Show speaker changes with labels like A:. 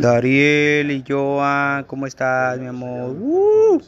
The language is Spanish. A: Dariel y Joan, ¿cómo estás, mi amor? ¡Uh!